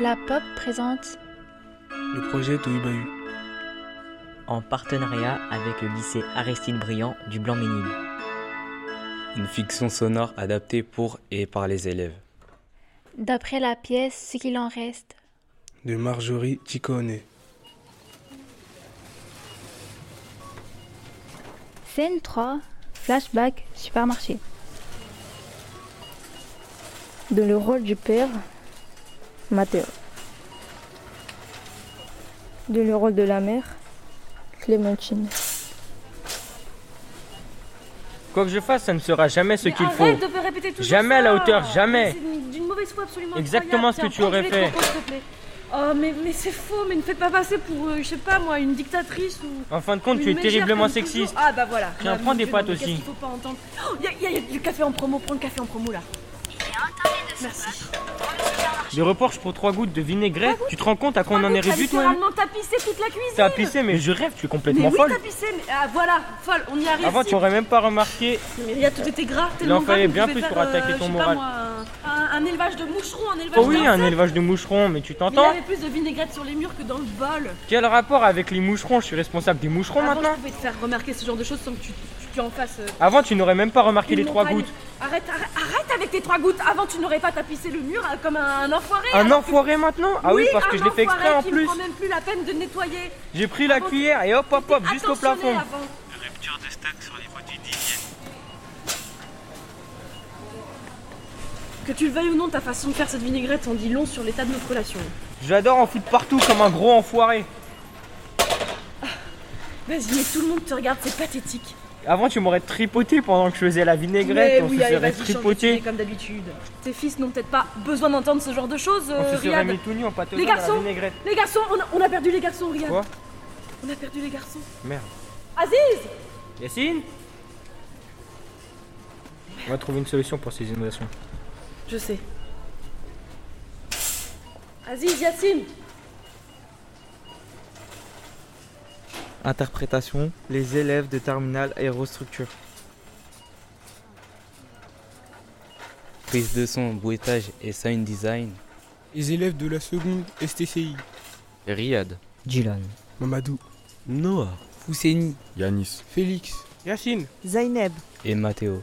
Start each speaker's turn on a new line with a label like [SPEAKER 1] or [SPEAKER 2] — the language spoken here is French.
[SPEAKER 1] La POP présente
[SPEAKER 2] Le projet Tohubahu.
[SPEAKER 3] en partenariat avec le lycée Aristide Briand du Blanc-Ménil.
[SPEAKER 4] Une fiction sonore adaptée pour et par les élèves.
[SPEAKER 1] d'après la pièce Ce qu'il en reste.
[SPEAKER 2] de Marjorie Ticone.
[SPEAKER 5] Scène 3, flashback, supermarché. Dans le rôle du père, Mathéo. Dans le rôle de la mère, Clémentine.
[SPEAKER 6] Quoi que je fasse, ça ne sera jamais ce
[SPEAKER 7] Mais
[SPEAKER 6] qu'il faut.
[SPEAKER 7] arrête de me répéter toujours
[SPEAKER 6] Jamais à la
[SPEAKER 7] ça.
[SPEAKER 6] hauteur, jamais.
[SPEAKER 7] C'est d'une mauvaise foi absolument
[SPEAKER 6] Exactement
[SPEAKER 7] incroyable.
[SPEAKER 6] ce que tu
[SPEAKER 7] Tiens,
[SPEAKER 6] aurais
[SPEAKER 7] prends, je vais
[SPEAKER 6] fait.
[SPEAKER 7] te reprendre, s'il te plaît. Oh, mais, mais c'est faux, mais ne faites pas passer pour, euh, je sais pas moi, une dictatrice ou.
[SPEAKER 6] En fin de compte,
[SPEAKER 7] une
[SPEAKER 6] tu es
[SPEAKER 7] mégère
[SPEAKER 6] terriblement
[SPEAKER 7] comme toujours.
[SPEAKER 6] sexiste.
[SPEAKER 7] Ah bah voilà.
[SPEAKER 6] Tiens,
[SPEAKER 7] Ah,
[SPEAKER 6] prends
[SPEAKER 7] mon
[SPEAKER 6] des
[SPEAKER 7] Dieu,
[SPEAKER 6] pâtes
[SPEAKER 7] non, mais qu'est-ce
[SPEAKER 6] aussi.
[SPEAKER 7] qu'il faut pas entendre Oh, y a, y a- y a du café en promo, prends le café en promo là. Merci.
[SPEAKER 6] Des reproches pour trois gouttes de vinaigrette, tu te rends compte à quoi on en est
[SPEAKER 7] T'as
[SPEAKER 6] réduit, toi hein
[SPEAKER 7] littéralement tapissé toute la cuisine.
[SPEAKER 6] T'as pissé, mais je rêve, tu es
[SPEAKER 7] Mais
[SPEAKER 6] complètement
[SPEAKER 7] oui,
[SPEAKER 6] folle.
[SPEAKER 7] tapissé, mais ah voilà, folle, on y arrive.
[SPEAKER 6] Avant,
[SPEAKER 7] si.
[SPEAKER 6] tu aurais même pas remarqué.
[SPEAKER 7] Mais regarde, tout était gras,
[SPEAKER 6] en
[SPEAKER 7] tellement gras
[SPEAKER 6] fallait
[SPEAKER 7] qu'on
[SPEAKER 6] bien
[SPEAKER 7] pouvait
[SPEAKER 6] plus pour
[SPEAKER 7] faire,
[SPEAKER 6] attaquer
[SPEAKER 7] euh,
[SPEAKER 6] ton
[SPEAKER 7] je sais pas,
[SPEAKER 6] moral.
[SPEAKER 7] moi, un, un- un élevage de moucherons, un élevage
[SPEAKER 6] Oh oui, un
[SPEAKER 7] d'insectes.
[SPEAKER 6] élevage de moucherons, mais tu
[SPEAKER 7] Mais Bah il y
[SPEAKER 6] t'entends
[SPEAKER 7] avait plus de vinaigrette sur les murs que dans le bol.
[SPEAKER 6] Quel rapport avec les moucherons Je suis responsable des moucherons
[SPEAKER 7] Avant,
[SPEAKER 6] maintenant
[SPEAKER 7] je pouvais te faire remarquer ce genre de choses sans que tu, tu, tu en fasses. euh,
[SPEAKER 6] Avant, tu n'aurais même pas remarqué
[SPEAKER 7] une
[SPEAKER 6] les trois
[SPEAKER 7] montagne.
[SPEAKER 6] gouttes.
[SPEAKER 7] Arrête, arrête, arrête avec tes trois gouttes. Avant, tu n'aurais pas tapissé le mur euh, comme un, un enfoiré.
[SPEAKER 6] Un
[SPEAKER 7] alors que-
[SPEAKER 6] enfoiré maintenant Ah oui, parce que
[SPEAKER 7] un
[SPEAKER 6] je l'ai fait
[SPEAKER 7] enfoiré
[SPEAKER 6] exprès en
[SPEAKER 7] qui
[SPEAKER 6] plus.
[SPEAKER 7] prend même plus la peine de nettoyer.
[SPEAKER 6] J'ai pris la
[SPEAKER 7] Avant,
[SPEAKER 6] cuillère et hop hop hop,
[SPEAKER 7] T'étais
[SPEAKER 6] jusqu'au
[SPEAKER 7] attentionné
[SPEAKER 6] plafond.
[SPEAKER 7] avant. Que tu le veuilles ou non, ta façon de faire cette vinaigrette en dit long sur l'état de notre relation.
[SPEAKER 6] J'adore en foutre partout comme un gros enfoiré.
[SPEAKER 7] Vas-y, mais tout le monde te regarde, c'est pathétique.
[SPEAKER 6] Avant, tu m'aurais tripoté pendant que je faisais la vinaigrette,
[SPEAKER 7] Mais
[SPEAKER 6] on
[SPEAKER 7] oui,
[SPEAKER 6] se
[SPEAKER 7] allez,
[SPEAKER 6] serait
[SPEAKER 7] vas-y, change de
[SPEAKER 6] tripoté.
[SPEAKER 7] sujet comme d'habitude. Tes fils n'ont peut-être pas besoin d'entendre ce genre de choses,
[SPEAKER 6] On
[SPEAKER 7] euh,
[SPEAKER 6] se serait
[SPEAKER 7] Riyad.
[SPEAKER 6] mis tout nu en pâteau
[SPEAKER 7] Les
[SPEAKER 6] dans la
[SPEAKER 7] garçons
[SPEAKER 6] vinaigrette.
[SPEAKER 7] Les garçons, on a, on a perdu les garçons, Riyad.
[SPEAKER 6] Quoi
[SPEAKER 7] On a perdu les garçons.
[SPEAKER 6] Merde.
[SPEAKER 7] Aziz
[SPEAKER 6] Yacine On va trouver une solution pour ces inondations.
[SPEAKER 7] Je sais. Aziz, Yacine
[SPEAKER 8] Interprétation, les élèves de terminale et restructure.
[SPEAKER 4] Prise de son, bruitage et sound design.
[SPEAKER 2] Les élèves de la seconde STCI.
[SPEAKER 9] Riyad.
[SPEAKER 3] Dylan.
[SPEAKER 2] Mamadou,
[SPEAKER 4] Noah.
[SPEAKER 2] Fousséni,
[SPEAKER 9] Yanis.
[SPEAKER 2] Félix,
[SPEAKER 6] Yacine
[SPEAKER 10] Zaineb,
[SPEAKER 4] Et Mathéo.